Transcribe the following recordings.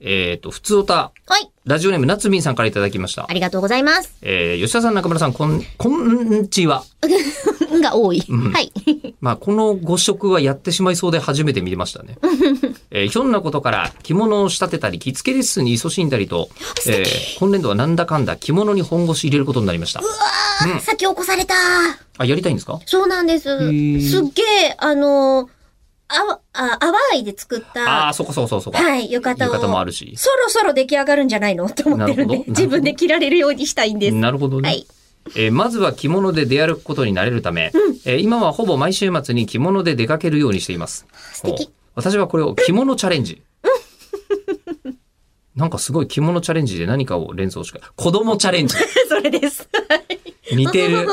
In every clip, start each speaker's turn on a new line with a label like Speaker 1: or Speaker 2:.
Speaker 1: えっ、と、普通おた、
Speaker 2: はい。
Speaker 1: ラジオネームなつみんさんからいただきました
Speaker 2: あ。りがとうございます。
Speaker 1: えー、吉田さん、中村さん、こん、こんちは。
Speaker 2: ん が多い。はい。
Speaker 1: まあ、この誤色はやってしまいそうで初めて見ましたね。えーひょんなことから着物を仕立てたり、着付けレッスンに勤しんだりと、えー今年度はなんだかんだ着物に本腰入れることになりました。
Speaker 2: あ、先起こされた。
Speaker 1: あ、やりたいんですか
Speaker 2: そうなんです。
Speaker 1: ー
Speaker 2: すっげえ、あの、あわ、あ、淡いで作っ
Speaker 1: ああー、
Speaker 2: た、
Speaker 1: そこそこそこそこ。
Speaker 2: はい、浴衣を。
Speaker 1: 浴衣もあるし
Speaker 2: そろそろ出来上がるんじゃないの と思ってるん
Speaker 1: なる
Speaker 2: で
Speaker 1: ほ、ど
Speaker 2: 自分で着られるようにしたいんです。
Speaker 1: なるほどね。
Speaker 2: はい
Speaker 1: えーまずは着物で出歩くことになれるため、えー今はほぼ毎週末に着物で出かけるようにしています。
Speaker 2: 素敵
Speaker 1: こう私はこれを着物チャレンジ。なんかすごい着物チャレンジで何かを連想しか。子供チャレンジ。
Speaker 2: それです。
Speaker 1: 似てる。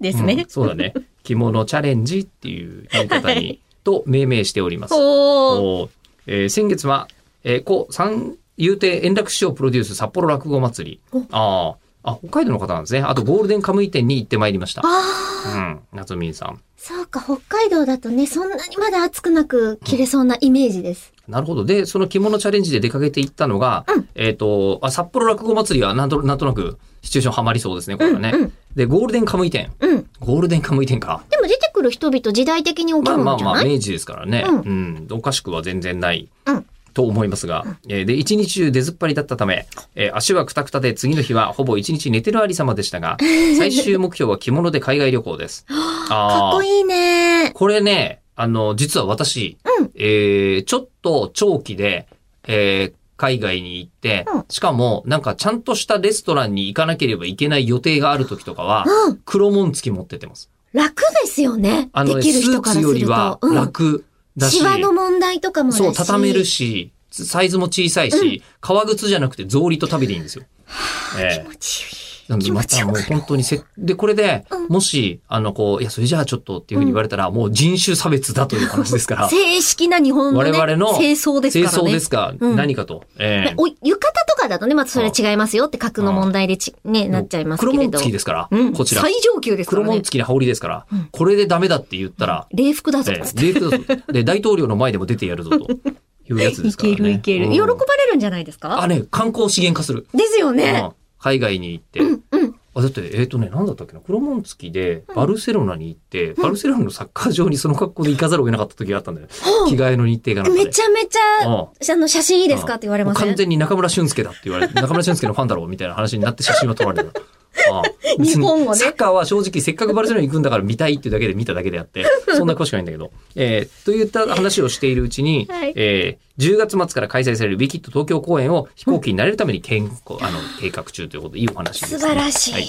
Speaker 2: ですね。
Speaker 1: うんそうだね。着物チャレンジっていう言い方に、
Speaker 2: はい
Speaker 1: と命名しております。
Speaker 2: おー。
Speaker 1: おーえー先月は、えー、こう、三遊亭円楽師匠プロデュース札幌落語祭り。ああ、あ、北海道の方なんですね。あとゴールデンカムイ店に行ってまいりました。
Speaker 2: あー。
Speaker 1: うん、夏みんさん。
Speaker 2: そうか、北海道だとね、そんなにまだ暑くなく着れそうなイメージです。
Speaker 1: なるほど。で、その着物チャレンジで出かけていったのが、えっ、とあ、札幌落語祭りはなんとなんとなくシチュエーションはまりそうですね、これはね。で、ゴールデンカムイ店。
Speaker 2: うん。
Speaker 1: ゴールデンカムイ店か。
Speaker 2: でも出てくる人々時代的に起き
Speaker 1: まあ
Speaker 2: る
Speaker 1: まあ
Speaker 2: んじゃ
Speaker 1: ま
Speaker 2: な
Speaker 1: あ、
Speaker 2: い
Speaker 1: 明治ですからね。う
Speaker 2: うんん、
Speaker 1: おかしくは全然ない。
Speaker 2: うん
Speaker 1: と思いますが、えーで、一日中出ずっぱりだったため、えー足はくたくたで次の日はほぼ一日寝てるありさまでした が、最終目標は着物で海外旅行です。
Speaker 2: かっこ
Speaker 1: ああ、
Speaker 2: いいね。
Speaker 1: これね、あの、実は私、
Speaker 2: うん
Speaker 1: えーちょっと長期で、えー海外に行って、
Speaker 2: うん
Speaker 1: しかも、なんかちゃんとしたレストランに行かなければいけない予定がある時とかは、
Speaker 2: うん。
Speaker 1: 黒紋付き持ってってます。
Speaker 2: 楽ですよね。
Speaker 1: あの
Speaker 2: で
Speaker 1: ね、
Speaker 2: きる
Speaker 1: ス
Speaker 2: 人
Speaker 1: ー
Speaker 2: から
Speaker 1: ツ
Speaker 2: すると。
Speaker 1: よりは楽だし、
Speaker 2: シワの問題とかもだし。
Speaker 1: そう、畳めるし、サイズも小さいし、革靴じゃなくて草履と食べていいんですよ。ええ
Speaker 2: 気持ち
Speaker 1: なんで、
Speaker 2: 気
Speaker 1: ま
Speaker 2: 持ち
Speaker 1: た
Speaker 2: よ
Speaker 1: も
Speaker 2: か
Speaker 1: う
Speaker 2: った
Speaker 1: 本当にせ、で、これで、もし、あの、こう、いや、それじゃあちょっとっていうふうに言われたら、もう人種差別だという話ですか
Speaker 2: いい。
Speaker 1: ら、
Speaker 2: 正式な日本の、
Speaker 1: 我
Speaker 2: ね、
Speaker 1: 々の
Speaker 2: 清掃ですからね。
Speaker 1: 清掃ですか、
Speaker 2: うん
Speaker 1: 何かと。ええ
Speaker 2: お浴衣とかだとね、またそれは違いますよって格の問題でち、ね、なっちゃいますけれど。
Speaker 1: 黒紋付きですから、
Speaker 2: うん、
Speaker 1: こちら。
Speaker 2: 最上級ですか
Speaker 1: 黒
Speaker 2: ら
Speaker 1: 紋
Speaker 2: ね。
Speaker 1: 付きの羽織ですから、これでダメだって言ったら、
Speaker 2: 礼服だぞ。
Speaker 1: ええ、礼服だぞ。で、大統領の前でも出てやるぞというやつで
Speaker 2: い
Speaker 1: すから、ね。
Speaker 2: けるいける。
Speaker 1: うん
Speaker 2: 喜ばれるんじゃないですか
Speaker 1: あ、ね、観光資源化する。
Speaker 2: ですよ
Speaker 1: う
Speaker 2: ね。
Speaker 1: ん海外に行って。あだって、えっ、とね、なんだったっけな、黒門付きで、バルセロナに行って、バルセロナのサッカー場にその格好で行かざるを得なかった時があったんだよ。着替えの日程がなんかで。
Speaker 2: めちゃめちゃ、
Speaker 1: うん
Speaker 2: あの、写真いいですかって言われませ
Speaker 1: もうん完全に中村俊介だって言わ れて、中村俊介のファンだろうみたいな話になって写真は撮られた。ああ別に
Speaker 2: 日本をね
Speaker 1: サッカーは正直せっかくバルセロナ行くんだから見たいっていうだけで見ただけであ って、そんな詳しくないんだけど。えーといった話をしているうちに、
Speaker 2: はい
Speaker 1: えー10月末から開催されるウィキッド東京公演を飛行機になれるために健康、あの、計画中ということでいいお話です、ね。
Speaker 2: 素晴らしい
Speaker 1: はい